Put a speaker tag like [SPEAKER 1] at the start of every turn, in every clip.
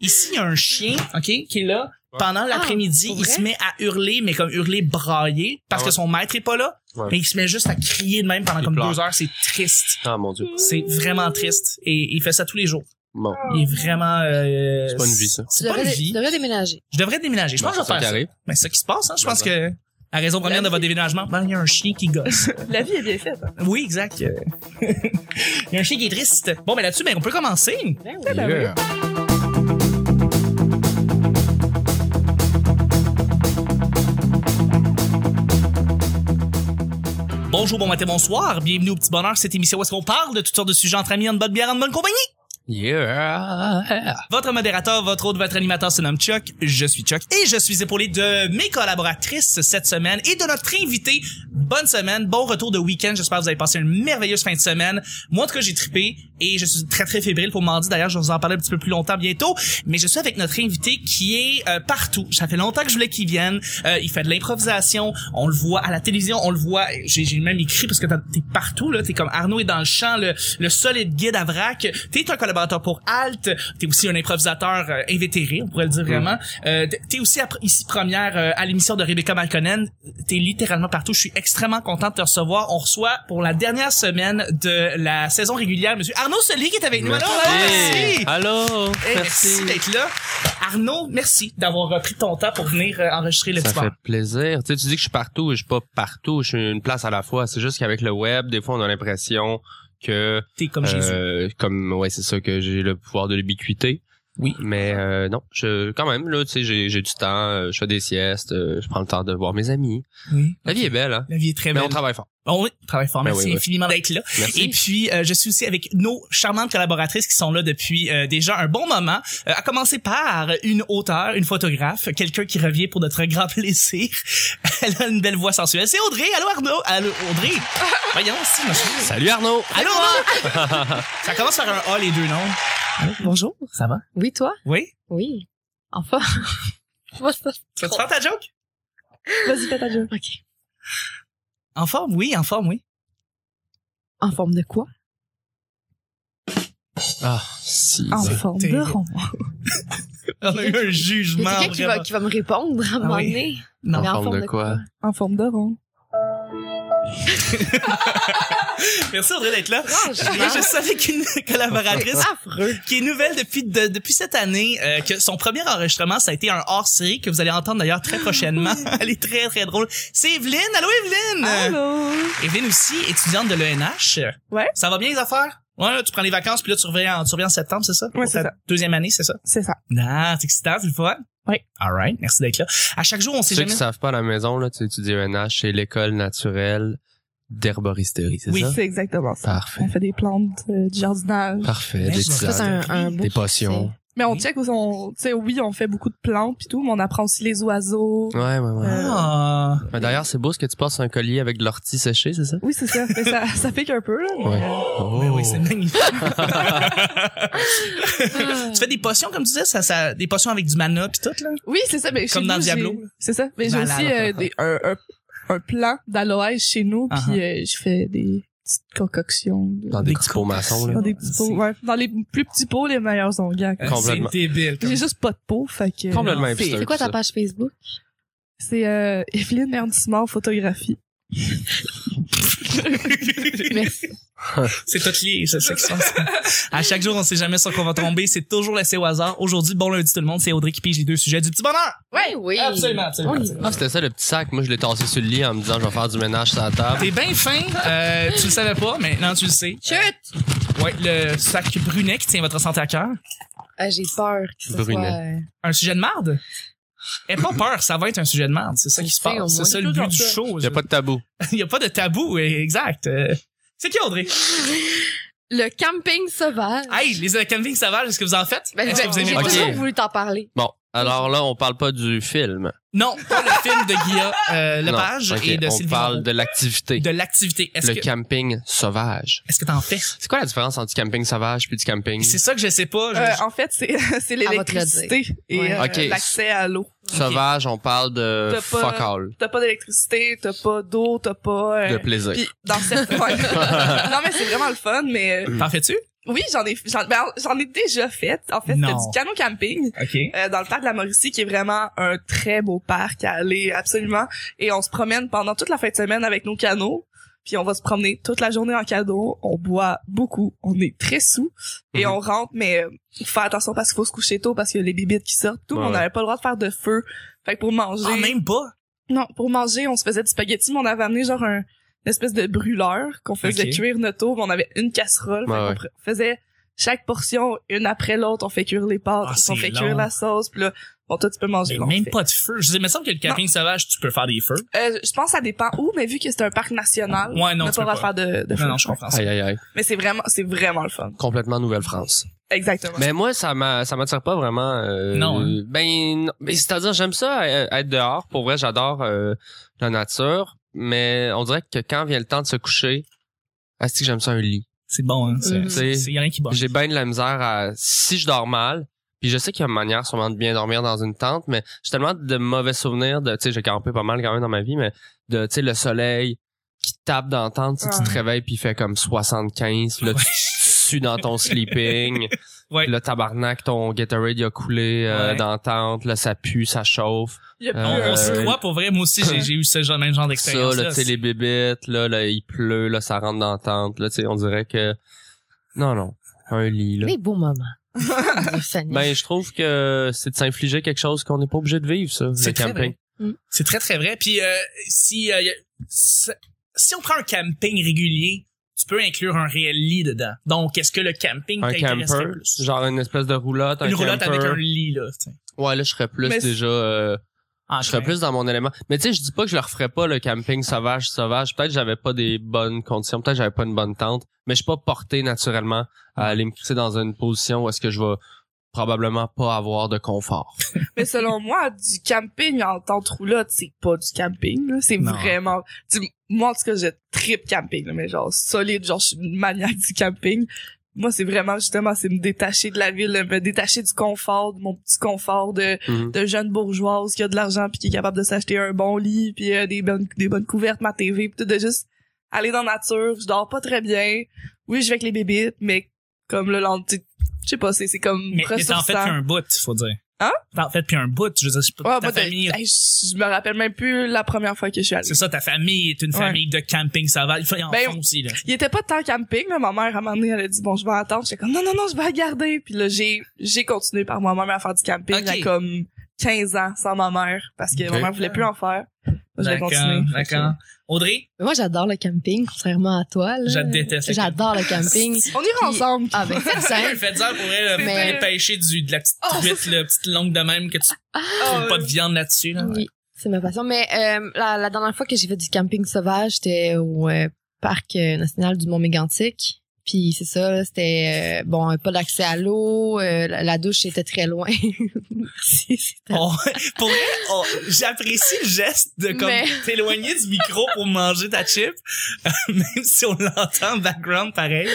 [SPEAKER 1] Ici, il y a un chien, Ah, OK, qui est là. Pendant l'après-midi,
[SPEAKER 2] pour
[SPEAKER 1] il
[SPEAKER 2] vrai?
[SPEAKER 1] se met à hurler, mais comme hurler brailler, parce
[SPEAKER 3] Ah
[SPEAKER 1] que son maître est pas là.
[SPEAKER 3] Ouais.
[SPEAKER 1] Mais il se met juste à crier de même pendant
[SPEAKER 3] Il
[SPEAKER 1] comme
[SPEAKER 3] pleure.
[SPEAKER 1] deux heures. C'est triste.
[SPEAKER 3] Ah, mon dieu.
[SPEAKER 1] C'est vraiment triste. Et il fait ça tous les jours.
[SPEAKER 3] Bon.
[SPEAKER 1] Il est vraiment... euh,
[SPEAKER 3] C'est pas une vie, ça.
[SPEAKER 1] C'est
[SPEAKER 2] Tu
[SPEAKER 1] pas une
[SPEAKER 2] devrais,
[SPEAKER 1] vie.
[SPEAKER 2] tu devrais déménager.
[SPEAKER 1] Je devrais déménager. Je pense
[SPEAKER 3] Bon,
[SPEAKER 1] que je vais
[SPEAKER 3] c'est
[SPEAKER 1] faire ça.
[SPEAKER 3] carré.
[SPEAKER 1] Ben, c'est ça qui se passe, hein. Je
[SPEAKER 3] Ben,
[SPEAKER 1] pense que la raison première de votre déménagement, ben, il y a un chien qui gosse.
[SPEAKER 4] La vie est bien faite. hein.
[SPEAKER 1] oui, exact. Euh, il y a un chien qui est triste. Bon, ben là-dessus, ben, on peut commencer.
[SPEAKER 5] Yeah.
[SPEAKER 1] Bonjour, bon matin, bonsoir. Bienvenue au Petit Bonheur, cette émission où est-ce qu'on parle de toutes sortes de sujets entre amis, en bonne bière, en bonne compagnie.
[SPEAKER 3] Yeah.
[SPEAKER 1] Votre modérateur, votre hôte, votre animateur se nomme Chuck. Je suis Chuck et je suis épaulé de mes collaboratrices cette semaine et de notre invité. Bonne semaine, bon retour de week-end. J'espère que vous avez passé une merveilleuse fin de semaine. Moi, en tout cas, j'ai trippé et je suis très très fébrile pour mardi. D'ailleurs, je vais vous en parler un petit peu plus longtemps bientôt. Mais je suis avec notre invité qui est euh, partout. Ça fait longtemps que je voulais qu'il vienne. Euh, il fait de l'improvisation. On le voit à la télévision, on le voit. J'ai j'ai même écrit parce que t'as- t'es partout là. T'es comme Arnaud est dans le champ, le, le solide guide à vrac. T'es un collaborateur pour Alt. T'es aussi un improvisateur euh, invétéré, on pourrait le dire
[SPEAKER 3] Mm.
[SPEAKER 1] vraiment. Euh, t'es- t'es aussi à- ici première euh, à l'émission de Rebecca Malconen. T'es littéralement partout. Je suis extrêmement content de te recevoir. On reçoit pour la dernière semaine de la saison régulière Monsieur Arnaud Soli qui est avec nous. Arnaud, merci.
[SPEAKER 3] Allô.
[SPEAKER 1] Hey,
[SPEAKER 3] Ah, Merci.
[SPEAKER 1] merci d'être là. Arnaud, merci d'avoir euh, pris ton temps pour venir euh, enregistrer le
[SPEAKER 3] Ça
[SPEAKER 1] petit
[SPEAKER 3] fait
[SPEAKER 1] bonheur.
[SPEAKER 3] plaisir. Tu, sais, tu dis que je suis partout, je suis pas partout, je suis une place à la fois. C'est juste qu'avec le web, des fois, on a l'impression que
[SPEAKER 1] T'es comme Oh, Jésus.
[SPEAKER 3] euh, comme ouais, c'est ça que j'ai le pouvoir de l'ubiquité.
[SPEAKER 1] Oui.
[SPEAKER 3] Mais euh, non, je quand même là, tu sais, j'ai j'ai du temps, euh, je fais des siestes, euh, je prends le temps de voir mes amis.
[SPEAKER 1] Oui.
[SPEAKER 3] La vie est belle, hein.
[SPEAKER 1] La vie est très
[SPEAKER 3] Mais
[SPEAKER 1] belle.
[SPEAKER 3] on travaille fort.
[SPEAKER 1] Bon, oui, travaille fort.
[SPEAKER 3] Ben
[SPEAKER 1] Merci
[SPEAKER 3] oui, oui.
[SPEAKER 1] infiniment d'être là.
[SPEAKER 3] Merci.
[SPEAKER 1] Eh ben, Et puis, euh, je suis aussi avec nos charmantes collaboratrices qui sont là depuis euh, déjà un bon moment, Euh, à commencer par une auteure, une photographe, quelqu'un qui revient pour notre grand plaisir. Elle a une belle voix sensuelle. C'est Audrey. Allô, Arnaud. Allô, Audrey. Voyons, si, je me souviens.
[SPEAKER 3] Salut Arnaud.
[SPEAKER 1] Allô, Arnaud. Ça commence par un A, les deux noms.
[SPEAKER 2] Bonjour.
[SPEAKER 1] Ça va?
[SPEAKER 2] Oui, toi?
[SPEAKER 1] Oui?
[SPEAKER 2] Oui. Enfin. Vas-y,
[SPEAKER 1] Tu vas te faire ta joke?
[SPEAKER 2] fais ta job. OK.
[SPEAKER 1] En forme, oui, en forme, oui.
[SPEAKER 2] En forme de quoi?
[SPEAKER 3] Ah, si.
[SPEAKER 2] En
[SPEAKER 3] ben.
[SPEAKER 2] forme
[SPEAKER 1] t'es-
[SPEAKER 2] de rond.
[SPEAKER 1] On a eu un
[SPEAKER 2] Il y
[SPEAKER 1] jugement.
[SPEAKER 2] a quelqu'un qui va,
[SPEAKER 1] vraiment. Ah
[SPEAKER 2] qui va me répondre à un moment
[SPEAKER 1] oui.
[SPEAKER 2] donné.
[SPEAKER 1] Non.
[SPEAKER 3] En
[SPEAKER 2] Mais
[SPEAKER 3] forme de quoi?
[SPEAKER 2] En forme de rond.
[SPEAKER 1] Merci Audrey d'être là. Moi, Ah, je
[SPEAKER 2] Franchement,
[SPEAKER 1] suis avec une collaboratrice
[SPEAKER 2] c'est affreux.
[SPEAKER 1] qui est nouvelle depuis de- depuis cette année euh, que son premier enregistrement ça a été un hors-série que vous allez entendre d'ailleurs très prochainement. Elle est très très drôle. C'est Evelyne. Allô Evelyne.
[SPEAKER 4] Allô?
[SPEAKER 1] Evelyne aussi étudiante de l'ENH.
[SPEAKER 4] Ah. Ouais.
[SPEAKER 1] Ça va bien les affaires Ouais, là, tu prends les vacances puis là tu reviens en, tu reviens en septembre, c'est ça
[SPEAKER 4] Ouais,
[SPEAKER 1] Pour
[SPEAKER 4] c'est
[SPEAKER 1] ta
[SPEAKER 4] ça.
[SPEAKER 1] Deuxième année, c'est ça
[SPEAKER 4] C'est ça.
[SPEAKER 1] Ah, c'est excitant, c'est le fun.
[SPEAKER 4] Ouais.
[SPEAKER 1] All right, merci d'être là. À chaque jour, on sait
[SPEAKER 3] Ceux qui
[SPEAKER 1] jamais.
[SPEAKER 3] savent pas à la maison, là, tu étudies ENH, c'est l'école naturelle d'herboristerie, c'est
[SPEAKER 1] Oui.
[SPEAKER 3] ça?
[SPEAKER 4] C'est exactement ça.
[SPEAKER 3] Parfait.
[SPEAKER 4] On fait des plantes, euh, du jardinage.
[SPEAKER 3] Parfait.
[SPEAKER 1] Mais
[SPEAKER 3] Des
[SPEAKER 1] je-
[SPEAKER 3] petits
[SPEAKER 1] Ça,
[SPEAKER 2] C'est
[SPEAKER 3] arbres,
[SPEAKER 2] un, un beau
[SPEAKER 3] des potions.
[SPEAKER 4] Mais on
[SPEAKER 1] Oui.
[SPEAKER 4] check où on, tu sais, oui, on fait beaucoup de plantes pis tout, mais on apprend aussi les oiseaux.
[SPEAKER 3] Ouais, ouais, ouais.
[SPEAKER 4] Euh,
[SPEAKER 1] Ah.
[SPEAKER 3] Mais D'ailleurs, c'est beau ce que tu portes un collier avec de l'ortie séchée, c'est ça?
[SPEAKER 4] Oui, c'est ça. Mais ça, ça pique un peu, là. mais,
[SPEAKER 3] Ouais.
[SPEAKER 4] euh,
[SPEAKER 3] Oh.
[SPEAKER 1] Ben oui, c'est magnifique.
[SPEAKER 2] Ah.
[SPEAKER 1] Tu fais des potions comme tu disais, ça, ça des potions avec du mana puis tout là.
[SPEAKER 4] Oui, c'est ça. Mais
[SPEAKER 1] Comme
[SPEAKER 4] chez
[SPEAKER 1] dans
[SPEAKER 4] nous,
[SPEAKER 1] Diablo,
[SPEAKER 4] j'ai-
[SPEAKER 1] là.
[SPEAKER 4] C'est ça. Mais j'ai
[SPEAKER 1] Malade.
[SPEAKER 4] aussi euh, des, un, un, un plant d'aloès chez nous, puis
[SPEAKER 1] Uh-huh.
[SPEAKER 4] euh, je fais des petites concoctions. de-
[SPEAKER 3] Dans des
[SPEAKER 1] Des
[SPEAKER 3] petits pots maçons, là.
[SPEAKER 4] Dans des petits
[SPEAKER 1] C'est-
[SPEAKER 4] pots, ouais. Dans les plus petits pots, les meilleurs onguents.
[SPEAKER 1] Euh,
[SPEAKER 3] Complètement.
[SPEAKER 1] C'est débile. comme-
[SPEAKER 4] J'ai juste pas de pot, fait que...
[SPEAKER 3] Complètement
[SPEAKER 4] C'est-
[SPEAKER 3] hipster.
[SPEAKER 2] C'est quoi ta
[SPEAKER 3] ça.
[SPEAKER 2] page Facebook?
[SPEAKER 4] C'est euh, Evelyne Ernst-Mort Photographie.
[SPEAKER 2] Merci.
[SPEAKER 1] C'est tout lié, ça, c'est ça. À chaque jour, on sait jamais sur quoi on va tomber. C'est toujours laissé au hasard. Aujourd'hui, bon lundi tout le monde, c'est Audrey qui pige les deux sujets du petit bonheur.
[SPEAKER 2] Ouais, oui.
[SPEAKER 1] Absolument, absolument,
[SPEAKER 2] On y
[SPEAKER 1] absolument.
[SPEAKER 3] Ah, c'était ça le petit sac. Moi, je l'ai tassé sur le lit en me disant, je vais faire du ménage sur la table.
[SPEAKER 1] T'es bien fin, euh, tu le savais pas, maintenant tu le sais.
[SPEAKER 2] Chut!
[SPEAKER 1] Ouais, le sac brunet qui tient votre santé à cœur.
[SPEAKER 2] Ah, j'ai peur que ce
[SPEAKER 3] Brunet.
[SPEAKER 2] soit... euh,
[SPEAKER 1] Un sujet de marde? Aie pas peur, ça va être un sujet de marde. C'est ça qui se
[SPEAKER 2] Enfin, au
[SPEAKER 1] passe. C'est
[SPEAKER 2] moins.
[SPEAKER 1] ça le but du show.
[SPEAKER 3] Il y a pas de tabou.
[SPEAKER 1] Il y a pas de tabou, eh, exact. Euh, C'est qui, Audrey?
[SPEAKER 2] Le camping sauvage.
[SPEAKER 1] Hey, les campings savages, est-ce que vous en faites?
[SPEAKER 2] Ah. Ben,
[SPEAKER 1] Est-ce que vous
[SPEAKER 2] j'ai
[SPEAKER 1] aimez
[SPEAKER 3] Ok.
[SPEAKER 1] pas ça?
[SPEAKER 2] toujours voulu t'en parler.
[SPEAKER 3] Bon. Alors là, on parle pas du film.
[SPEAKER 1] Non, pas le film de Guilla euh,
[SPEAKER 3] Non.
[SPEAKER 1] Lepage
[SPEAKER 3] Ok,
[SPEAKER 1] et de
[SPEAKER 3] on
[SPEAKER 1] Sylvie
[SPEAKER 3] parle
[SPEAKER 1] Moreau.
[SPEAKER 3] de l'activité.
[SPEAKER 1] de l'activité. Est-ce
[SPEAKER 3] Le
[SPEAKER 1] que
[SPEAKER 3] camping sauvage.
[SPEAKER 1] est-ce que t'en fais?
[SPEAKER 3] C'est quoi la différence entre du camping sauvage puis du camping?
[SPEAKER 1] C'est ça que je sais pas. je-
[SPEAKER 4] Euh, en fait, c'est c'est
[SPEAKER 2] Elle va te le
[SPEAKER 4] l'électricité et
[SPEAKER 2] Ouais.
[SPEAKER 4] euh,
[SPEAKER 3] Ok.
[SPEAKER 4] l'accès à l'eau.
[SPEAKER 3] Sauvage, on parle de
[SPEAKER 4] T'as pas-
[SPEAKER 3] fuck all.
[SPEAKER 4] T'as pas d'électricité, t'as pas d'eau, t'as pas... euh,
[SPEAKER 3] De plaisir.
[SPEAKER 4] Puis dans cette... ouais. non, mais c'est vraiment le fun, mais... euh,
[SPEAKER 1] T'en fais-tu?
[SPEAKER 4] Oui, j'en ai, j'en, ben, j'en ai déjà fait. En fait, c'était
[SPEAKER 1] Non.
[SPEAKER 4] du canot camping
[SPEAKER 1] OK.
[SPEAKER 4] euh, dans le parc de la Mauricie, qui est vraiment un très beau parc à aller absolument. Et on se promène pendant toute la fin de semaine avec nos canots. Puis on va se promener toute la journée en canot. On boit beaucoup. On est très sous. Et
[SPEAKER 3] Mhm.
[SPEAKER 4] on rentre, mais euh, faut faire attention parce qu'il faut se coucher tôt parce qu'il y a les bibites qui sortent. Tout,
[SPEAKER 3] Ouais.
[SPEAKER 4] on n'avait pas le droit de faire de feu. Fait que pour manger.
[SPEAKER 1] Ah, même pas.
[SPEAKER 4] Non, pour manger, on se faisait du spaghetti, mais on avait amené genre un, une espèce de brûleur qu'on faisait
[SPEAKER 1] Ok.
[SPEAKER 4] cuire notre eau, mais on avait une casserole.
[SPEAKER 3] Ouais,
[SPEAKER 4] on
[SPEAKER 3] ouais.
[SPEAKER 4] faisait chaque portion, une après l'autre, on fait cuire les pâtes,
[SPEAKER 1] Ah,
[SPEAKER 4] on
[SPEAKER 1] c'est
[SPEAKER 4] fait
[SPEAKER 1] long.
[SPEAKER 4] cuire la sauce, puis là, bon, toi, tu peux manger.
[SPEAKER 1] Mais
[SPEAKER 4] bon, on
[SPEAKER 1] même
[SPEAKER 4] fait.
[SPEAKER 1] pas de feu. Je sais, il me semble que le camping sauvage, tu peux faire des feux.
[SPEAKER 4] Euh, je pense que ça dépend où, mais vu que c'est un parc national,
[SPEAKER 1] Ouais, non, tu
[SPEAKER 4] on n'a pas le
[SPEAKER 1] peux
[SPEAKER 4] droit de faire de, de
[SPEAKER 1] Non,
[SPEAKER 4] feu.
[SPEAKER 1] non, je comprends ça.
[SPEAKER 3] Aïe, aïe, aïe.
[SPEAKER 4] Mais c'est vraiment, c'est vraiment le fun.
[SPEAKER 3] Complètement Nouvelle-France.
[SPEAKER 4] Exactement.
[SPEAKER 3] Mais moi, ça m'a- ça m'attire pas vraiment. euh,
[SPEAKER 1] Non, hein?
[SPEAKER 3] Ben, non. Ben, c'est-à-dire, j'aime ça euh, être dehors. Pour vrai, j'adore euh, la nature. Mais on dirait que quand vient le temps de se coucher, est-ce que j'aime ça un lit?
[SPEAKER 1] C'est bon, hein.
[SPEAKER 4] Mhm.
[SPEAKER 1] C'est, c'est- y a rien qui bat.
[SPEAKER 3] J'ai bien de la misère à si je dors mal. Puis je sais qu'il y a une manière sûrement de bien dormir dans une tente, mais j'ai tellement de mauvais souvenirs de, tu sais, j'ai campé pas mal quand même dans ma vie, mais de, tu sais, le soleil qui te tape dans la tente, tu sais, tu te réveilles puis il fait comme 75, puis là, tu sues dans ton sleeping,
[SPEAKER 1] Ouais.
[SPEAKER 3] puis là, tabarnak, ton Gatorade il a coulé euh,
[SPEAKER 1] Ouais.
[SPEAKER 3] dans la tente, là, ça pue, ça chauffe,
[SPEAKER 4] Il y a plus
[SPEAKER 1] On,
[SPEAKER 3] Euh,
[SPEAKER 1] on se
[SPEAKER 3] ouais.
[SPEAKER 1] croit, pour vrai. Moi aussi, j'ai, j'ai eu ce genre- même genre
[SPEAKER 3] ça,
[SPEAKER 1] d'expérience.
[SPEAKER 3] là, tu sais, les bébites, là, là, il pleut, là, ça rentre dans la tente, là, tu sais, on dirait que, non, non, un lit, là.
[SPEAKER 5] Des beaux moments. Des fanés.
[SPEAKER 3] Ben, je trouve que c'est de s'infliger quelque chose qu'on n'est pas obligé de vivre, ça,
[SPEAKER 1] C'est
[SPEAKER 3] le
[SPEAKER 1] très
[SPEAKER 3] camping.
[SPEAKER 1] C'est très, très vrai. Puis, euh, si, euh, y a- si si on prend un camping régulier, tu peux inclure un réel lit dedans. Donc, est-ce que le camping
[SPEAKER 3] Un
[SPEAKER 1] t'intéresserait
[SPEAKER 3] camper,
[SPEAKER 1] plus?
[SPEAKER 3] genre une espèce de roulotte, un
[SPEAKER 1] Une roulotte
[SPEAKER 3] camper.
[SPEAKER 1] avec un lit, là, tu sais.
[SPEAKER 3] Ouais, là, je serais plus
[SPEAKER 4] Mais c'est-
[SPEAKER 3] déjà, euh,
[SPEAKER 1] En
[SPEAKER 3] je serais
[SPEAKER 1] train.
[SPEAKER 3] plus dans mon élément. Mais tu sais, je dis pas que je le referais pas, le camping sauvage, sauvage. Peut-être que j'avais pas des bonnes conditions, peut-être que j'avais pas une bonne tente, mais je suis pas porté naturellement à aller me crisser dans une position où est-ce que je vais probablement pas avoir de confort.
[SPEAKER 4] Mais selon moi, du camping en tente roulotte, c'est pas du camping. là. C'est
[SPEAKER 1] Non.
[SPEAKER 4] vraiment... tu sais, moi, en tout cas, je trip camping, là, mais genre solide, genre je suis une maniaque du camping. Moi, c'est vraiment justement, c'est me détacher de la ville, me détacher du confort, de mon petit confort de,
[SPEAKER 3] Mhm.
[SPEAKER 4] de jeune bourgeoise qui a de l'argent puis qui est capable de s'acheter un bon lit puis euh, des bonnes des bonnes couvertes, ma TV, puis tout, de juste aller dans la nature. Je dors pas très bien. Oui, je vais avec les bébés, mais comme le lendemain, tu sais, je sais pas, c'est c'est comme
[SPEAKER 1] Mais mais t'en fais
[SPEAKER 4] ressourçant.
[SPEAKER 1] puis un bout, faut dire.
[SPEAKER 4] Hein?
[SPEAKER 1] T'en fais puis un bout. Je veux dire, c'est pas
[SPEAKER 4] Ouais,
[SPEAKER 1] ta
[SPEAKER 4] Ah, moi, t'as-
[SPEAKER 1] famille.
[SPEAKER 4] hey, je je me rappelle même plus la première fois que je suis allée.
[SPEAKER 1] C'est ça, ta famille est une
[SPEAKER 4] Ouais.
[SPEAKER 1] famille de camping sauvage. Ils en
[SPEAKER 4] Ben,
[SPEAKER 1] font aussi, là.
[SPEAKER 4] Il était pas tant camping, là. Ma mère, à un moment donné, elle a dit, bon, je vais attendre. J'étais comme, non, non, non, je vais la garder. Puis là, j'ai, j'ai continué par moi-même à faire du camping.
[SPEAKER 1] Ok.
[SPEAKER 4] Il y a comme 15 ans sans ma mère parce que ma
[SPEAKER 3] Ok.
[SPEAKER 4] mère voulait plus en faire. Moi, je vais
[SPEAKER 1] D'accord,
[SPEAKER 4] continuer.
[SPEAKER 1] d'accord. Audrey?
[SPEAKER 5] Moi, j'adore le camping, contrairement à toi. là.
[SPEAKER 1] Je déteste le
[SPEAKER 5] J'adore le camping.
[SPEAKER 4] On ira
[SPEAKER 5] Puis-
[SPEAKER 4] ensemble.
[SPEAKER 5] Ah, ben, faites ça.
[SPEAKER 1] Faites ça pour elle,
[SPEAKER 5] Mais-
[SPEAKER 1] pour aller pêcher du, de la petite
[SPEAKER 4] Oh,
[SPEAKER 1] truite, la petite longue de même que tu trouves
[SPEAKER 5] euh,
[SPEAKER 4] Ah,
[SPEAKER 1] pas de viande là-dessus, là.
[SPEAKER 5] Oui, c'est ma passion. Mais euh, la, la dernière fois que j'ai fait du camping sauvage, j'étais au euh, parc euh, national du Mont-Mégantic. Puis c'est ça, là, c'était euh, bon, pas d'accès à l'eau, euh, la, la douche était très loin. Merci, c'était-
[SPEAKER 1] On- Oh, pour vrai, on- j'apprécie le geste de comme
[SPEAKER 5] Mais-
[SPEAKER 1] t'éloigner du micro pour manger ta chip, même si on l'entend en background pareil.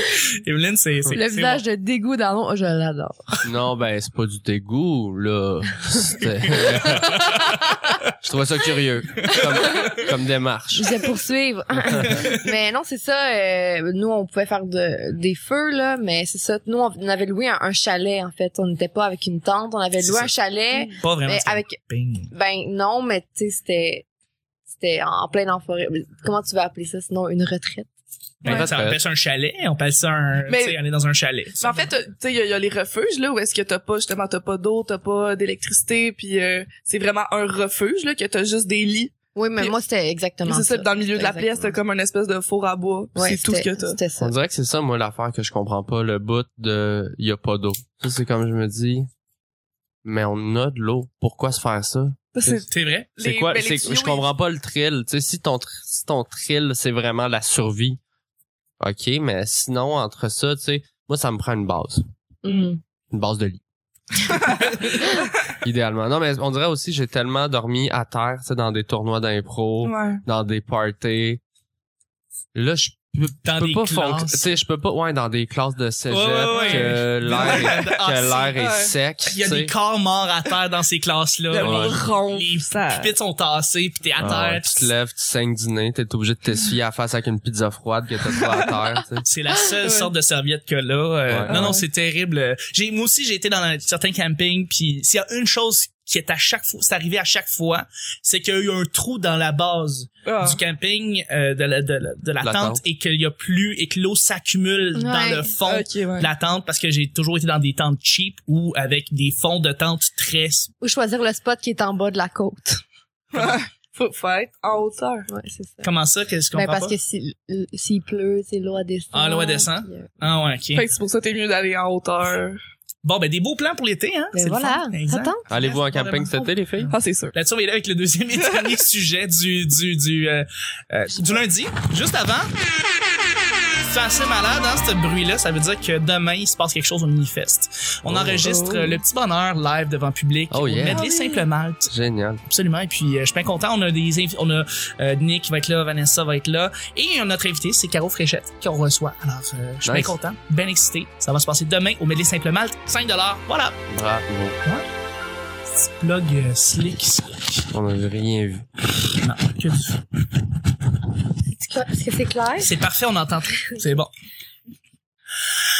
[SPEAKER 1] Evelyne, c'est c'est
[SPEAKER 5] le
[SPEAKER 1] c'est
[SPEAKER 5] visage de dégoût dans l'eau, oh, je l'adore.
[SPEAKER 3] non, ben, c'est pas du dégoût, là. C'était- je trouvais ça curieux, comme, comme démarche.
[SPEAKER 5] Je vais poursuivre. mais non, c'est ça. euh, nous, on pouvait faire de- des feux là, mais c'est ça. Nous, on avait loué un, un chalet en fait. On n'était pas avec une tente. On avait
[SPEAKER 1] C'est
[SPEAKER 5] loué
[SPEAKER 1] ça.
[SPEAKER 5] un chalet,
[SPEAKER 1] bon. pas vraiment
[SPEAKER 5] mais
[SPEAKER 1] ce
[SPEAKER 5] avec
[SPEAKER 1] camping.
[SPEAKER 5] Ben non, mais tu sais, c'était c'était en plein dans la forêt. Comment tu vas appeler ça sinon une retraite
[SPEAKER 1] Ben,
[SPEAKER 3] Ouais.
[SPEAKER 1] ça, on appelle ça un chalet, on appelle ça un,
[SPEAKER 4] Mais-
[SPEAKER 1] tu sais, on est dans un chalet.
[SPEAKER 4] Mais en fait, t'as- tu sais, il y, a- il y a les refuges, là, où est-ce que t'as pas, justement, t'as pas d'eau, t'as pas d'électricité, puis euh, c'est vraiment un refuge, là, que t'as juste des lits.
[SPEAKER 5] Oui, mais
[SPEAKER 4] Puis-
[SPEAKER 5] moi c'était exactement
[SPEAKER 4] C'est
[SPEAKER 5] ça.
[SPEAKER 4] ça, puis dans le milieu de la
[SPEAKER 5] Exactement.
[SPEAKER 4] pièce, t'as comme un espèce de four à bois. puis
[SPEAKER 5] Ouais,
[SPEAKER 4] c'est tout ce
[SPEAKER 5] c'était-
[SPEAKER 4] que t'as.
[SPEAKER 5] C'était
[SPEAKER 3] On
[SPEAKER 5] ça.
[SPEAKER 3] dirait que c'est ça, moi, l'affaire que je comprends pas, le bout de y a pas d'eau. Ça, c'est comme je me dis, mais on a de l'eau. Pourquoi se faire ça?
[SPEAKER 4] C'est-
[SPEAKER 1] c'est vrai.
[SPEAKER 3] C'est
[SPEAKER 4] Les-
[SPEAKER 3] quoi?
[SPEAKER 4] ben, les
[SPEAKER 3] c'est-
[SPEAKER 4] tuyaux,
[SPEAKER 3] je comprends pas le thrill. Tu sais, si ton, tr- si ton thrill, c'est vraiment la survie. OK, mais sinon, entre ça, tu sais, moi, ça me prend une base.
[SPEAKER 5] Mhm.
[SPEAKER 3] Une base de lit. Idéalement. Non, mais on dirait aussi, j'ai tellement dormi à terre, tu sais, dans des tournois d'impro
[SPEAKER 4] Ouais.
[SPEAKER 3] dans des parties. Là, je suis
[SPEAKER 1] dans
[SPEAKER 3] Je peux
[SPEAKER 1] des
[SPEAKER 3] pas fonc- tu
[SPEAKER 1] classes.
[SPEAKER 3] sais, je peux pas, ouais, dans des classes de cégep,
[SPEAKER 1] Ouais, ouais, ouais.
[SPEAKER 3] que l'air est,
[SPEAKER 1] Ah,
[SPEAKER 3] que l'air
[SPEAKER 1] c'est-
[SPEAKER 3] est
[SPEAKER 4] ouais.
[SPEAKER 3] sec,
[SPEAKER 1] Il y a
[SPEAKER 3] tu sais.
[SPEAKER 1] des corps morts à terre dans ces classes-là.
[SPEAKER 4] Le
[SPEAKER 1] Les
[SPEAKER 3] Ouais.
[SPEAKER 4] monde ronfle,
[SPEAKER 1] Les
[SPEAKER 4] ça.
[SPEAKER 1] Pupitres sont tassés, puis t'es à
[SPEAKER 3] Ah
[SPEAKER 1] terre.
[SPEAKER 3] ouais, tu te lèves, tu saignes du nez, t'es obligé de t'essuyer à la face avec une pizza froide que t'as trouvé à terre, tu sais.
[SPEAKER 1] C'est la seule
[SPEAKER 4] Ouais.
[SPEAKER 1] sorte de serviette que là. Euh,
[SPEAKER 3] Ouais.
[SPEAKER 1] Non, non,
[SPEAKER 4] Ouais.
[SPEAKER 1] c'est terrible. Euh, J'ai, moi aussi, j'ai été dans un- certains campings, puis s'il y a une chose qui est à chaque fois, c'est arrivé à chaque fois, c'est qu'il y a eu un trou dans la base
[SPEAKER 4] Ah.
[SPEAKER 1] du camping, euh, de, la, de, la, de la
[SPEAKER 3] La
[SPEAKER 1] tente,
[SPEAKER 3] tente.
[SPEAKER 1] et qu'il y a plus, et que l'eau s'accumule dans
[SPEAKER 5] Ouais.
[SPEAKER 1] le fond
[SPEAKER 4] Ok, ouais.
[SPEAKER 1] de la tente, parce que j'ai toujours été dans des tentes cheap ou avec des fonds de tente très...
[SPEAKER 5] Ou choisir le spot qui est en bas de la côte.
[SPEAKER 4] Faut, faut être en hauteur.
[SPEAKER 5] Ouais, c'est ça.
[SPEAKER 1] Comment ça? Qu'est-ce qu'on
[SPEAKER 5] Ben,
[SPEAKER 1] comprend
[SPEAKER 5] parce
[SPEAKER 1] pas?
[SPEAKER 5] que si- euh, s'il pleut, c'est l'eau à descendre.
[SPEAKER 1] Ah, l'eau à descendre.
[SPEAKER 5] puis, euh,
[SPEAKER 1] Ah ouais, ok.
[SPEAKER 4] Fait que c'est pour ça que t'es mieux d'aller en hauteur.
[SPEAKER 1] Bon, ben des beaux plans pour l'été, hein?
[SPEAKER 5] Ben
[SPEAKER 1] C'est le
[SPEAKER 5] voilà.
[SPEAKER 1] fun. Exact.
[SPEAKER 5] Attends.
[SPEAKER 3] Allez-vous en camping cet été, les filles?
[SPEAKER 4] Ah, c'est sûr.
[SPEAKER 1] Là-dessus, on est là avec le deuxième et dernier sujet du du du euh, euh, du lundi. Juste avant, c'est assez malade, hein, ce bruit-là. Ça veut dire que demain, il se passe quelque chose au Minifest. On
[SPEAKER 3] Oh.
[SPEAKER 1] enregistre
[SPEAKER 4] Oh.
[SPEAKER 1] euh, le petit bonheur live devant public.
[SPEAKER 3] Oh,
[SPEAKER 1] au
[SPEAKER 3] yeah.
[SPEAKER 1] Medley
[SPEAKER 4] Ah oui.
[SPEAKER 1] Simple Malte.
[SPEAKER 3] Génial.
[SPEAKER 1] Absolument. Et puis, euh, je suis bien content. On a des invi- on a euh, Nick qui va être là, Vanessa va être là. Et euh, notre invité, c'est Caro Fréchette qu'on reçoit. Alors, euh, je suis
[SPEAKER 3] Nice.
[SPEAKER 1] bien content, bien excité. Ça va se passer demain au Medley Simple Malte. 5 Voilà.
[SPEAKER 3] Bravo.
[SPEAKER 1] Petit plug euh, slick. ça.
[SPEAKER 3] On n'a rien vu.
[SPEAKER 1] Non, que du
[SPEAKER 5] Est-ce que c'est clair?
[SPEAKER 1] C'est parfait, on entend tout. C'est bon.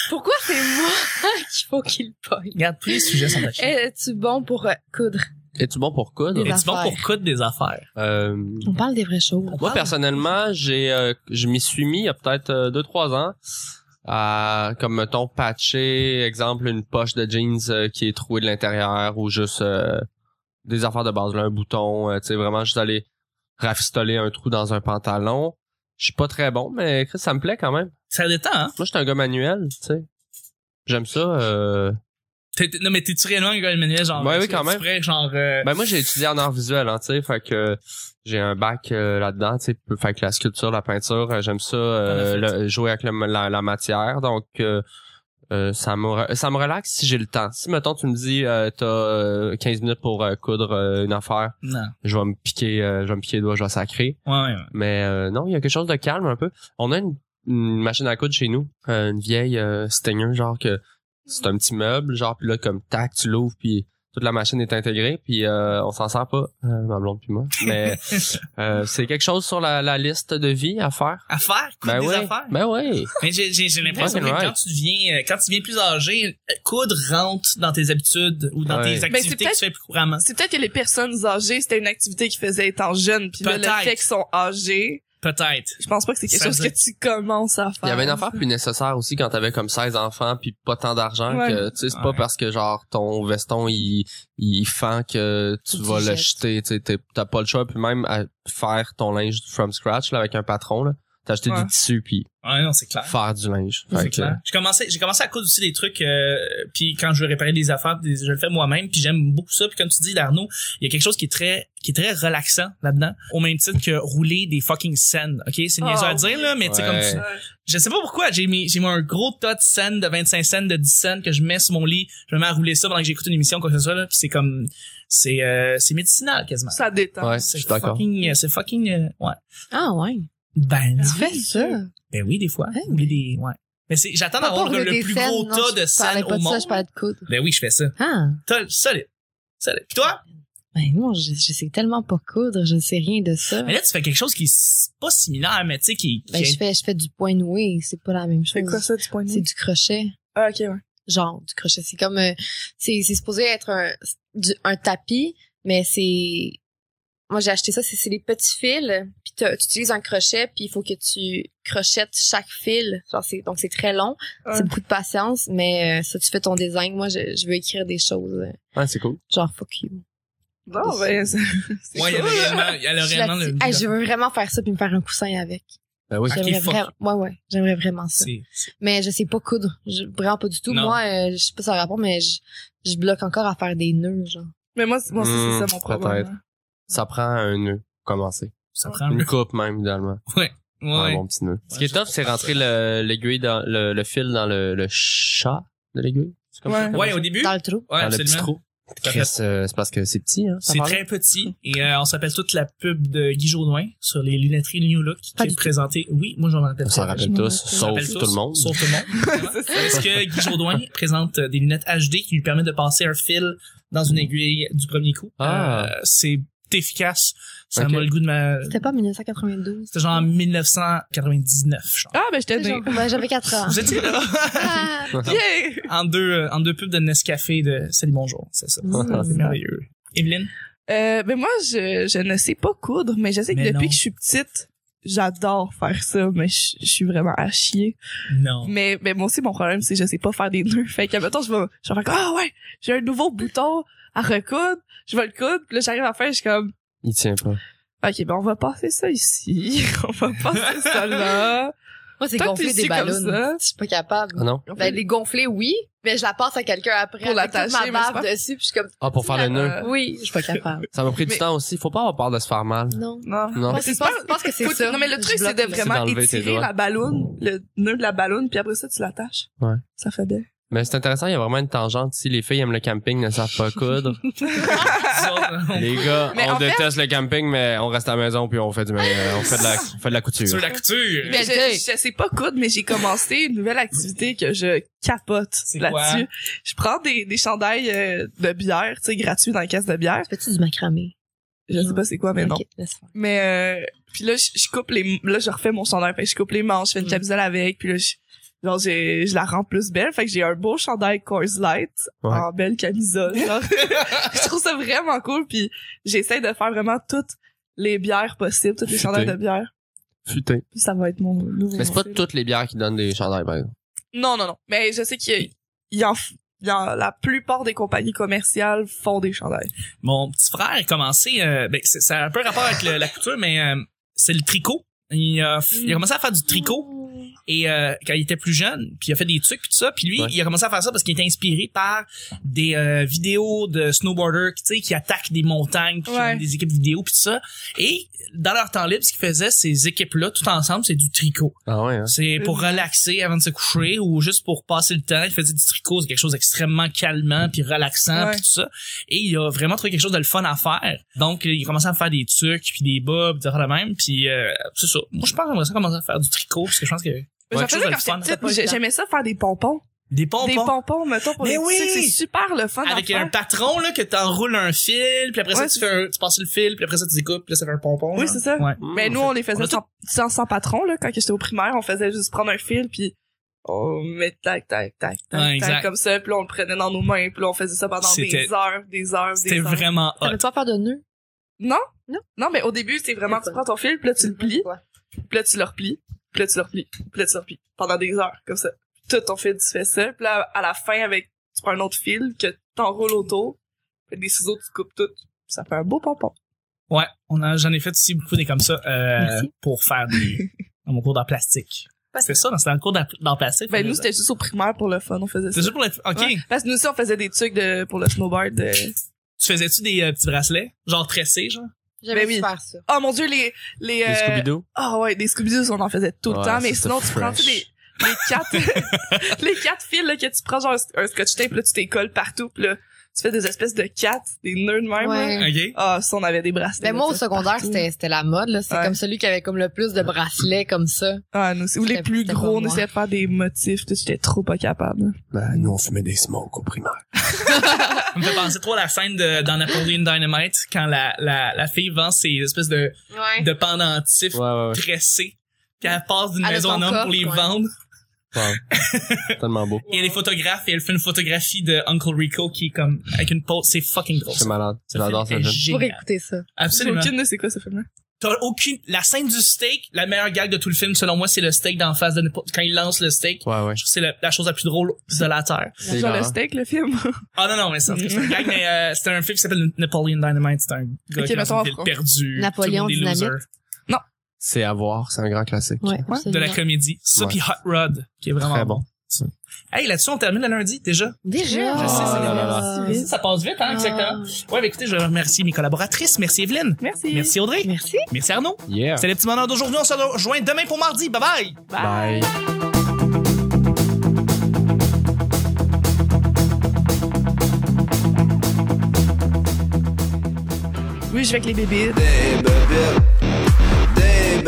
[SPEAKER 5] Pourquoi c'est moi qu'il faut qu'il pogne?
[SPEAKER 1] Regarde, tous les sujets sont là.
[SPEAKER 5] Es-tu bon pour euh, coudre?
[SPEAKER 3] Es-tu bon pour coudre?
[SPEAKER 5] Eh, Des
[SPEAKER 1] Es-tu bon
[SPEAKER 5] affaires.
[SPEAKER 1] pour coudre des affaires?
[SPEAKER 3] Euh,
[SPEAKER 5] On parle des vraies choses.
[SPEAKER 3] Moi, personnellement, j'ai, euh, je m'y suis mis il y a peut-être euh, deux, trois ans. À, comme mettons patcher exemple une poche de jeans euh, qui est trouée de l'intérieur ou juste euh, des affaires de base là, un bouton euh, tu sais vraiment juste aller rafistoler un trou dans un pantalon je suis pas très bon mais Chris, ça me plaît quand même
[SPEAKER 1] Ça détend, hein?
[SPEAKER 3] moi j'étais un gars manuel tu sais j'aime ça euh,
[SPEAKER 1] T'es- t'es- non, mais t'es-tu réellement un gars manuel, genre?
[SPEAKER 3] Ouais, oui,
[SPEAKER 1] tu-
[SPEAKER 3] quand
[SPEAKER 1] tu
[SPEAKER 3] même.
[SPEAKER 1] pourrais, genre, euh,
[SPEAKER 3] Ben moi j'ai étudié en art visuel, hein, tu sais, fait que euh, j'ai un bac euh, là-dedans, tu sais, peu- fait que la sculpture, la peinture, euh, j'aime ça euh,
[SPEAKER 1] En effet.
[SPEAKER 3] le- jouer avec le- la, la matière, donc euh, euh, ça me re- ça me relaxe si j'ai le temps. Si mettons tu me dis euh, t'as euh, 15 minutes pour euh, coudre euh, une affaire,
[SPEAKER 1] non.
[SPEAKER 3] je vais me piquer euh, je vais me piquer les doigts, je vais sacrer.
[SPEAKER 1] Ouais, ouais, ouais.
[SPEAKER 3] Mais euh, non, il y a quelque chose de calme un peu. On a une, une machine à coudre chez nous, euh, une vieille euh, Stinger, genre que c'est un petit meuble, genre puis là comme tac, tu l'ouvres puis toute la machine est intégrée puis euh, on s'en sert pas euh, ma blonde puis moi. Mais euh, c'est quelque chose sur la, la liste de vie à faire.
[SPEAKER 1] À faire? Coudre
[SPEAKER 3] Ben
[SPEAKER 1] des
[SPEAKER 3] oui.
[SPEAKER 1] affaires?
[SPEAKER 3] Ben oui.
[SPEAKER 1] Mais j'ai, j'ai, j'ai l'impression que
[SPEAKER 3] Fucking
[SPEAKER 1] quand
[SPEAKER 3] right.
[SPEAKER 1] tu deviens, euh, quand tu deviens plus âgé, euh, coudre rentre dans tes habitudes ou dans
[SPEAKER 3] Ouais.
[SPEAKER 1] tes
[SPEAKER 4] Ben, c'est
[SPEAKER 1] activités que tu
[SPEAKER 4] peut-être-
[SPEAKER 1] fais plus couramment.
[SPEAKER 4] C'est peut-être que les personnes âgées, c'était une activité qu'ils faisaient étant jeunes, puis là,
[SPEAKER 1] Peut-être.
[SPEAKER 4] le fait qu'ils sont âgés,
[SPEAKER 1] Peut-être.
[SPEAKER 4] je pense pas que c'est quelque
[SPEAKER 1] Ça
[SPEAKER 4] chose
[SPEAKER 1] veut-
[SPEAKER 4] que tu commences à faire.
[SPEAKER 3] Il y avait une affaire plus nécessaire aussi quand t'avais comme 16 enfants puis pas tant d'argent
[SPEAKER 4] Ouais.
[SPEAKER 3] que tu sais c'est
[SPEAKER 1] Ouais.
[SPEAKER 3] pas parce que genre ton veston il il fend que tu
[SPEAKER 5] Tu
[SPEAKER 3] vas le
[SPEAKER 5] jettes.
[SPEAKER 3] jeter tu sais t'es- t'as pas le choix puis même à faire ton linge from scratch là avec un patron là t'as acheté
[SPEAKER 4] Ouais.
[SPEAKER 3] du tissu puis
[SPEAKER 1] Ouais, non, c'est clair.
[SPEAKER 3] faire du linge Fait
[SPEAKER 1] C'est
[SPEAKER 3] que,
[SPEAKER 1] clair. J'ai commencé, j'ai commencé à coudre aussi des trucs, euh, puis quand je veux réparer des affaires, des- je le fais moi-même, puis j'aime beaucoup ça. Puis comme tu dis, Arnaud, il y a quelque chose qui est très, qui est très relaxant là-dedans, au même titre que rouler des fucking scènes. Ok, c'est
[SPEAKER 4] Oh,
[SPEAKER 1] niaiseux à
[SPEAKER 4] oui.
[SPEAKER 1] dire là, mais tu sais comme
[SPEAKER 3] Ouais.
[SPEAKER 1] tu- je sais pas pourquoi j'ai mis, j'ai mis un gros tas de scènes de 25 scènes de 10 scènes que je mets sur mon lit, je me mets à rouler ça pendant que j'écoute une émission quoi que ce soit là, puis c'est comme, c'est, euh, c'est médicinal quasiment.
[SPEAKER 4] Ça détend.
[SPEAKER 3] ouais je
[SPEAKER 1] C'est
[SPEAKER 3] suis d'accord
[SPEAKER 1] fucking, euh, c'est fucking, euh, ouais.
[SPEAKER 5] Ah, ouais.
[SPEAKER 1] Ben,
[SPEAKER 5] Tu
[SPEAKER 1] là,
[SPEAKER 5] fais ça.
[SPEAKER 1] ben oui des fois, oui des, ouais. Mais c'est, j'attends d'avoir
[SPEAKER 5] rouler
[SPEAKER 1] le
[SPEAKER 5] des
[SPEAKER 1] plus
[SPEAKER 5] scènes,
[SPEAKER 1] gros
[SPEAKER 5] non,
[SPEAKER 1] tas de
[SPEAKER 5] Je parlais
[SPEAKER 1] scènes
[SPEAKER 5] pas
[SPEAKER 1] au
[SPEAKER 5] de ça,
[SPEAKER 1] monde.
[SPEAKER 5] je parlais de coudre.
[SPEAKER 1] Ben oui, je fais ça.
[SPEAKER 5] Ah.
[SPEAKER 1] Tol- Solide. Solide. Puis toi?
[SPEAKER 5] Ben non, je, je sais tellement pas coudre, je sais rien de ça.
[SPEAKER 1] Mais là, tu fais quelque chose qui est s- pas similaire, mais tu sais, qui, qui
[SPEAKER 5] Ben, je
[SPEAKER 1] est-
[SPEAKER 5] fais, je fais du point noué, c'est pas la même chose.
[SPEAKER 4] C'est quoi ça, du point de
[SPEAKER 5] C'est
[SPEAKER 4] vue?
[SPEAKER 5] du crochet.
[SPEAKER 4] Ah, ok, ouais.
[SPEAKER 5] Genre, du crochet. C'est comme, euh, c'est, c'est supposé être un, du- un tapis, mais c'est, moi, j'ai acheté ça, c'est, c'est les petits fils, puis t'as- tu utilises un crochet, puis il faut que tu crochettes chaque fil. Genre, c'est, donc c'est très long.
[SPEAKER 4] Ouais.
[SPEAKER 5] C'est beaucoup de patience, mais euh, ça, tu fais ton design. Moi, je, je veux écrire des choses, euh,
[SPEAKER 3] ouais c'est cool
[SPEAKER 5] genre, fuck you.
[SPEAKER 4] Non, ben, c'est c'est
[SPEAKER 1] Ouais, il y a
[SPEAKER 4] cool.
[SPEAKER 1] réellement, il y a
[SPEAKER 5] Je,
[SPEAKER 1] réellement
[SPEAKER 5] la-
[SPEAKER 1] le.
[SPEAKER 5] Hey, je veux vraiment faire ça, puis me faire un coussin avec.
[SPEAKER 3] ben oui
[SPEAKER 1] Ok,
[SPEAKER 5] J'aimerais
[SPEAKER 1] fuck
[SPEAKER 5] vraiment, ouais, ouais, j'aimerais vraiment ça.
[SPEAKER 1] C'est- c'est-
[SPEAKER 5] Mais je sais pas coudre. Je, vraiment pas du tout.
[SPEAKER 1] Non.
[SPEAKER 5] Moi, euh, je sais pas ça rapport, mais je, je bloque encore à faire des nœuds, genre.
[SPEAKER 4] Mais moi, c'est- moi, ça, c'est
[SPEAKER 3] Hmm,
[SPEAKER 4] ça mon problème. hein.
[SPEAKER 3] peut-être. ça prend un nœud pour commencer
[SPEAKER 1] ça prend le.
[SPEAKER 3] une coupe même idéalement
[SPEAKER 1] Ouais.
[SPEAKER 3] un bon petit nœud ce qui
[SPEAKER 1] Ouais,
[SPEAKER 3] est
[SPEAKER 1] je-
[SPEAKER 3] tough c'est rentrer le- l'aiguille dans le, le fil dans le, le chat de l'aiguille C'est comme ça
[SPEAKER 4] Ouais.
[SPEAKER 3] qu'on appelle
[SPEAKER 1] Ouais, au début.
[SPEAKER 4] Euh.
[SPEAKER 5] Dans le trou.
[SPEAKER 1] Ouais,
[SPEAKER 3] dans le petit
[SPEAKER 1] absolument.
[SPEAKER 3] trou. Chris, euh, c'est parce que c'est petit, hein. ça
[SPEAKER 1] C'est
[SPEAKER 3] parle.
[SPEAKER 1] très
[SPEAKER 5] Mm.
[SPEAKER 1] petit et euh, on s'appelle toute la pub de Guy Jodoin sur les lunetteries New Look qui
[SPEAKER 5] Pas
[SPEAKER 1] est
[SPEAKER 5] du tout.
[SPEAKER 1] présentée. Oui, moi je m'en rappelle.
[SPEAKER 3] On s'en
[SPEAKER 1] pas.
[SPEAKER 3] rappelle
[SPEAKER 5] me
[SPEAKER 3] tous,
[SPEAKER 1] Je
[SPEAKER 5] rappelle.
[SPEAKER 1] m'en
[SPEAKER 3] sauf
[SPEAKER 1] rappelle
[SPEAKER 3] tout
[SPEAKER 1] tous,
[SPEAKER 3] le monde.
[SPEAKER 1] Sauf tout le monde. Parce que Guy Jodoin présente euh, des lunettes HD qui lui permettent de passer un fil dans une aiguille du premier coup.
[SPEAKER 3] Mm. Ah.
[SPEAKER 1] Euh, c'est efficace. Ça
[SPEAKER 3] Ok.
[SPEAKER 1] m'a le goût de ma...
[SPEAKER 5] C'était pas 1992.
[SPEAKER 1] C'était genre en 1999, genre.
[SPEAKER 4] Ah, ben, j'étais
[SPEAKER 5] C'était
[SPEAKER 4] née.
[SPEAKER 5] genre- ben, j'avais 4 ans.
[SPEAKER 1] Vous étiez là?
[SPEAKER 5] Ah,
[SPEAKER 4] Yeah!
[SPEAKER 1] en, deux, euh, en deux pubs de Nescafé de Salut Bonjour, c'est ça. C'est merveilleux. Evelyne?
[SPEAKER 4] Euh, ben moi, je, je ne sais pas coudre, mais je sais que
[SPEAKER 1] Mais
[SPEAKER 4] depuis
[SPEAKER 1] non.
[SPEAKER 4] que je suis petite, j'adore faire ça, mais je, je suis vraiment à chier.
[SPEAKER 1] Non.
[SPEAKER 4] Mais, mais moi aussi, mon problème, c'est que je sais pas faire des nœuds. Fait que, mettons, je vais, je vais faire comme, ah ouais, j'ai un nouveau bouton à recoudre, je vais le coudre, puis là, j'arrive à faire, je suis comme,
[SPEAKER 3] Il tient pas.
[SPEAKER 4] ok, ben on va passer ça ici, on va passer ça là.
[SPEAKER 5] Moi, c'est
[SPEAKER 4] Tant que
[SPEAKER 5] gonfler
[SPEAKER 4] t'es
[SPEAKER 5] des
[SPEAKER 4] ici comme
[SPEAKER 5] ballons.
[SPEAKER 4] ça.
[SPEAKER 5] Je suis pas capable.
[SPEAKER 3] Ah non?
[SPEAKER 5] Ben, les gonfler, oui, mais je la passe à quelqu'un après.
[SPEAKER 4] Pour
[SPEAKER 5] avec toute
[SPEAKER 4] l'attacher, mais
[SPEAKER 5] ma
[SPEAKER 4] c'est
[SPEAKER 5] barbe dessus, puis je suis comme,
[SPEAKER 3] Ah, pour faire le nœud.
[SPEAKER 4] Euh,
[SPEAKER 5] oui, je suis pas capable.
[SPEAKER 3] Ça m'a pris du
[SPEAKER 4] mais-
[SPEAKER 3] temps aussi. Faut pas avoir peur de se faire mal.
[SPEAKER 5] Non.
[SPEAKER 4] Non.
[SPEAKER 3] Non.
[SPEAKER 5] Moi,
[SPEAKER 4] c'est
[SPEAKER 5] je pense, je pense que c'est
[SPEAKER 4] Faut-
[SPEAKER 5] ça.
[SPEAKER 4] Non, mais le
[SPEAKER 5] Je
[SPEAKER 4] truc, c'est
[SPEAKER 5] bloque
[SPEAKER 4] de
[SPEAKER 5] le-
[SPEAKER 4] vraiment
[SPEAKER 3] d'enlever tes
[SPEAKER 4] étirer
[SPEAKER 3] doigts.
[SPEAKER 4] la ballonne, le nœud de la ballonne, puis après ça, tu l'attaches.
[SPEAKER 3] Ouais.
[SPEAKER 4] Ça fait bien.
[SPEAKER 3] Mais c'est intéressant, il y a vraiment une tangente. Si les filles aiment le camping, ne savent pas coudre. les gars,
[SPEAKER 4] Mais
[SPEAKER 3] on
[SPEAKER 4] en fait-
[SPEAKER 3] déteste le camping, mais on reste à la maison puis on fait du, euh, on fait de la, on fait de la couture.
[SPEAKER 1] Sur la couture.
[SPEAKER 3] Euh,
[SPEAKER 5] Ben,
[SPEAKER 4] Mais je, je sais pas coudre, mais j'ai commencé une nouvelle activité que je capote
[SPEAKER 1] C'est
[SPEAKER 4] là-dessus. Je prends des, des chandails euh, de bière, tu sais, gratuits dans la caisse de bière.
[SPEAKER 5] Fais-tu du macramé?
[SPEAKER 4] Je sais pas c'est quoi, mais non.
[SPEAKER 5] Ok, laisse faire.
[SPEAKER 4] Mais euh, puis là, je, je coupe les, là je refais mon chandail, fait que je coupe les manches, je fais une
[SPEAKER 5] Mm.
[SPEAKER 4] camisole avec, puis là, je, genre j'ai- je la rends plus belle, fait que j'ai un beau chandail Coors Light
[SPEAKER 3] Ouais.
[SPEAKER 4] en belle camisole. genre. je trouve ça vraiment cool, puis j'essaie de faire vraiment toutes les bières possibles, toutes les
[SPEAKER 3] Futé.
[SPEAKER 4] chandails de bière.
[SPEAKER 3] Futé.
[SPEAKER 4] Puis ça va être mon nouveau.
[SPEAKER 3] Mais c'est pas
[SPEAKER 4] style.
[SPEAKER 3] toutes les bières qui donnent des chandails, par exemple.
[SPEAKER 4] Non, non, non. Mais je sais qu'il y a- il y en, f- il y en- la plupart des compagnies commerciales font des chandails.
[SPEAKER 1] Mon petit frère a commencé, euh, ben, c'est- ça a un peu rapport avec le- la couture, mais euh, c'est le tricot. Il a, f- il a commencé à faire du tricot et euh, quand il était plus jeune, puis il a fait des trucs puis tout ça, puis lui,
[SPEAKER 3] Ouais.
[SPEAKER 1] il a commencé à faire ça parce qu'il était inspiré par des euh, vidéos de snowboarders qui, tu sais, qui attaquent des montagnes, puis qui
[SPEAKER 4] Ouais.
[SPEAKER 1] ont des équipes vidéo puis tout ça. Et dans leur temps libre, ce qu'ils faisaient, ces équipes-là, tout ensemble, c'est du tricot.
[SPEAKER 3] Ah ouais, hein?
[SPEAKER 1] C'est pour relaxer avant de se coucher ou juste pour passer le temps. Il faisait du tricot, c'est quelque chose d'extrêmement calmant puis relaxant
[SPEAKER 4] Ouais.
[SPEAKER 1] puis tout ça. Et il a vraiment trouvé quelque chose de le fun à faire. Donc il a commencé à faire des trucs puis des bas puis des affaires de même puis euh, c'est ça. Moi je pense qu'on va commencer à faire du tricot parce que je pense que
[SPEAKER 4] J'en
[SPEAKER 1] quelque chose
[SPEAKER 4] faisais
[SPEAKER 1] de
[SPEAKER 4] quand
[SPEAKER 1] le fun.
[SPEAKER 4] j'étais petite,
[SPEAKER 5] pas
[SPEAKER 4] j'ai-
[SPEAKER 5] évident.
[SPEAKER 4] j'aimais ça faire des pompons.
[SPEAKER 1] des pompons
[SPEAKER 4] Des pompons, mettons, pour
[SPEAKER 1] Mais
[SPEAKER 4] les petits,
[SPEAKER 1] oui!
[SPEAKER 4] c'est super le fun
[SPEAKER 1] avec
[SPEAKER 4] à faire.
[SPEAKER 1] un patron là que t'enroules un fil puis après ça
[SPEAKER 4] Ouais,
[SPEAKER 1] tu
[SPEAKER 4] c'est-
[SPEAKER 1] fais un- tu passes le fil puis après ça tu découpes puis là ça fait un pompon.
[SPEAKER 4] Oui,
[SPEAKER 1] genre.
[SPEAKER 4] c'est ça.
[SPEAKER 1] Ouais.
[SPEAKER 4] Mm. Mais nous, on les
[SPEAKER 1] on
[SPEAKER 4] faisait
[SPEAKER 1] a
[SPEAKER 4] sans, sans, sans patron, là. Quand j'étais au primaire, on faisait juste prendre un fil, puis on mettait tac, tac, tac, tac,
[SPEAKER 1] Ouais,
[SPEAKER 4] tac,
[SPEAKER 1] exact.
[SPEAKER 4] comme ça, puis là, on le prenait dans nos mains, puis là, on faisait ça pendant
[SPEAKER 1] C'était-
[SPEAKER 4] des heures, des heures,
[SPEAKER 1] C'était
[SPEAKER 4] des heures.
[SPEAKER 1] vraiment hot.
[SPEAKER 5] T'avais pas peur de nœuds?
[SPEAKER 4] Non?
[SPEAKER 5] Non.
[SPEAKER 4] Non, mais au début, c'est vraiment, tu prends ton fil, puis là, tu le plies,
[SPEAKER 5] Ouais.
[SPEAKER 4] puis là, tu le replies, puis là, tu le replies, puis là, tu le replies, pendant des heures, comme ça. Tout ton fil, tu fais ça, puis là, à la fin, avec, tu prends un autre fil que t'enroules autour, puis des ciseaux, tu coupes tout. Ça fait un beau pompon.
[SPEAKER 1] Ouais, on a j'en ai fait aussi beaucoup des comme ça euh,
[SPEAKER 5] Merci.
[SPEAKER 1] pour faire des dans mon cours d'art plastique. C'était ça, dans- c'était dans le cours d'art d'art plastique.
[SPEAKER 4] Ben,
[SPEAKER 1] on
[SPEAKER 4] nous,
[SPEAKER 1] faisait-
[SPEAKER 4] c'était juste au primaire pour le fun, on faisait ça.
[SPEAKER 1] C'est juste pour le. Ok.
[SPEAKER 4] Ouais. Parce que nous aussi, on faisait des trucs de, pour le snowboard. euh.
[SPEAKER 1] Tu faisais-tu des euh, petits bracelets, genre tressés, genre?
[SPEAKER 5] J'aimais
[SPEAKER 4] Ben oui.
[SPEAKER 5] faire ça.
[SPEAKER 4] Oh mon dieu, les, les,
[SPEAKER 3] Les
[SPEAKER 4] euh,
[SPEAKER 3] Scooby-Doo?
[SPEAKER 4] Ah ouais, des Scooby-Doo, on en faisait tout
[SPEAKER 3] Ouais,
[SPEAKER 4] le temps, mais
[SPEAKER 3] ça,
[SPEAKER 4] sinon, tu
[SPEAKER 3] c'était
[SPEAKER 4] prends tu sais,
[SPEAKER 3] fresh.
[SPEAKER 4] les, les quatre, les quatre fils, là, que tu prends, genre, un scotch tape, là, tu t'écolles partout, pis là, tu fais des espèces de quatre, des nœuds de même, là.
[SPEAKER 5] Ouais.
[SPEAKER 1] Ok.
[SPEAKER 4] Ah, ça, on avait des bracelets.
[SPEAKER 5] Ben, moi,
[SPEAKER 4] là,
[SPEAKER 5] au
[SPEAKER 4] ça,
[SPEAKER 5] secondaire,
[SPEAKER 4] partout.
[SPEAKER 5] c'était, c'était la mode, là. C'est
[SPEAKER 4] Ouais.
[SPEAKER 5] comme celui qui avait comme le plus de bracelets, comme ça.
[SPEAKER 4] Ah, nous, aussi. ou les
[SPEAKER 5] C'était-
[SPEAKER 4] plus
[SPEAKER 5] c'était
[SPEAKER 4] gros,
[SPEAKER 5] pas
[SPEAKER 4] on
[SPEAKER 5] moi.
[SPEAKER 4] essayait de faire des motifs, tout, j'étais trop pas capable.
[SPEAKER 3] Ben, nous, on fumait des smokes au primaire.
[SPEAKER 1] Ça me fait penser trop à la scène de, dans Napoleon Dynamite quand la, la, la fille vend ses espèces de,
[SPEAKER 5] Ouais.
[SPEAKER 1] de pendentifs
[SPEAKER 3] Ouais, ouais, ouais.
[SPEAKER 1] tressés. Puis elle passe d'une
[SPEAKER 5] Elle a
[SPEAKER 1] maison
[SPEAKER 5] son
[SPEAKER 1] en homme pour
[SPEAKER 5] coffre,
[SPEAKER 1] les
[SPEAKER 5] ouais.
[SPEAKER 1] vendre.
[SPEAKER 3] Wow. Tellement beau.
[SPEAKER 1] Et elle est photographe et elle fait une photographie de Uncle Rico qui est comme avec une pose. C'est fucking drôle.
[SPEAKER 3] C'est malade.
[SPEAKER 1] Ce film
[SPEAKER 3] J'adore ce
[SPEAKER 1] est
[SPEAKER 3] jeune.
[SPEAKER 5] Pour
[SPEAKER 1] génial.
[SPEAKER 5] écouter ça.
[SPEAKER 4] J'ai
[SPEAKER 1] Absolument.
[SPEAKER 4] aucune de c'est quoi ce film-là.
[SPEAKER 1] T'as aucune. La scène du steak, la meilleure gag de tout le film, selon moi, c'est le steak d'en face de n'importe- quand il lance le steak.
[SPEAKER 3] Ouais, ouais.
[SPEAKER 1] Je trouve que C'est la, la chose la plus drôle de la terre.
[SPEAKER 3] C'est
[SPEAKER 4] Genre le
[SPEAKER 3] hilarant.
[SPEAKER 4] steak, le film.
[SPEAKER 1] Ah non, non, mais ça, c'est un gag, mais euh, c'était un film qui s'appelle Napoleon Dynamite. C'est un gars
[SPEAKER 4] Ok,
[SPEAKER 1] qui est dans une
[SPEAKER 4] mettons en
[SPEAKER 1] ville
[SPEAKER 4] France.
[SPEAKER 1] perdue.
[SPEAKER 5] Napoléon
[SPEAKER 1] tout le monde est loser.
[SPEAKER 5] Dynamite.
[SPEAKER 3] C'est à voir. C'est un grand classique.
[SPEAKER 5] Ouais.
[SPEAKER 1] De la
[SPEAKER 5] absolument.
[SPEAKER 1] comédie. Ça,
[SPEAKER 3] Ouais.
[SPEAKER 1] puis Hot Rod, qui est vraiment
[SPEAKER 3] Très
[SPEAKER 1] bon.
[SPEAKER 3] bon.
[SPEAKER 1] Hey, là-dessus, on termine le lundi, déjà.
[SPEAKER 5] Déjà.
[SPEAKER 1] Je sais, c'est
[SPEAKER 3] là, là, là.
[SPEAKER 5] Ah.
[SPEAKER 1] Ça passe vite, hein, exactement. Ouais, mais écoutez, je remercie mes collaboratrices. Merci Evelyne.
[SPEAKER 4] Merci.
[SPEAKER 1] Merci Audrey.
[SPEAKER 5] Merci.
[SPEAKER 1] Merci Arnaud.
[SPEAKER 3] Yeah.
[SPEAKER 1] C'est les petits bonheurs d'aujourd'hui. On se rejoint demain pour mardi. Bye bye!
[SPEAKER 3] Bye.
[SPEAKER 4] Oui, je vais avec les bébés.
[SPEAKER 6] Des bébés, des bébés, des bébés.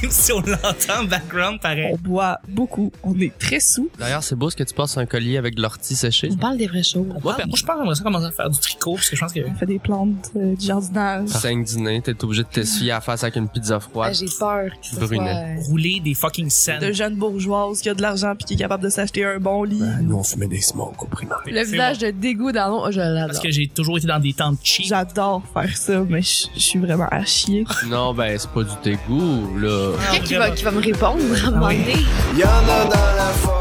[SPEAKER 1] Même si on l'entend en background, pareil.
[SPEAKER 4] On boit beaucoup. On est très sous.
[SPEAKER 3] D'ailleurs, c'est beau ce que tu passes un collier avec de l'ortie séchée.
[SPEAKER 5] On parle des vraies choses.
[SPEAKER 1] Moi, ben, moi, Ah, je pense qu'on va ça commencer à faire du tricot, parce que je pense que...
[SPEAKER 4] On fait des plantes euh, du jardinage.
[SPEAKER 3] 5 dîners, t'es obligé de t'essuyer à la face avec une pizza
[SPEAKER 5] Ah,
[SPEAKER 3] froide.
[SPEAKER 5] J'ai peur que ce
[SPEAKER 3] Brunet.
[SPEAKER 5] soit... euh,
[SPEAKER 1] Rouler des fucking scènes.
[SPEAKER 4] De jeunes bourgeoises qui a de l'argent puis qui est capable de s'acheter un bon lit.
[SPEAKER 6] Nous, on fumait des smokes au primaire.
[SPEAKER 1] C'est
[SPEAKER 5] Le visage de dégoût dans l'eau, je
[SPEAKER 1] Parce
[SPEAKER 5] l'adore.
[SPEAKER 1] que j'ai toujours été dans des temps de cheap.
[SPEAKER 4] J'adore faire ça, mais je je suis vraiment à chier.
[SPEAKER 3] Non, ben, c'est pas du dégoût, là.
[SPEAKER 1] Ah,
[SPEAKER 5] Quelqu'un qui va, qui va me répondre à un moment donné.
[SPEAKER 6] Y'en a dans la forêt.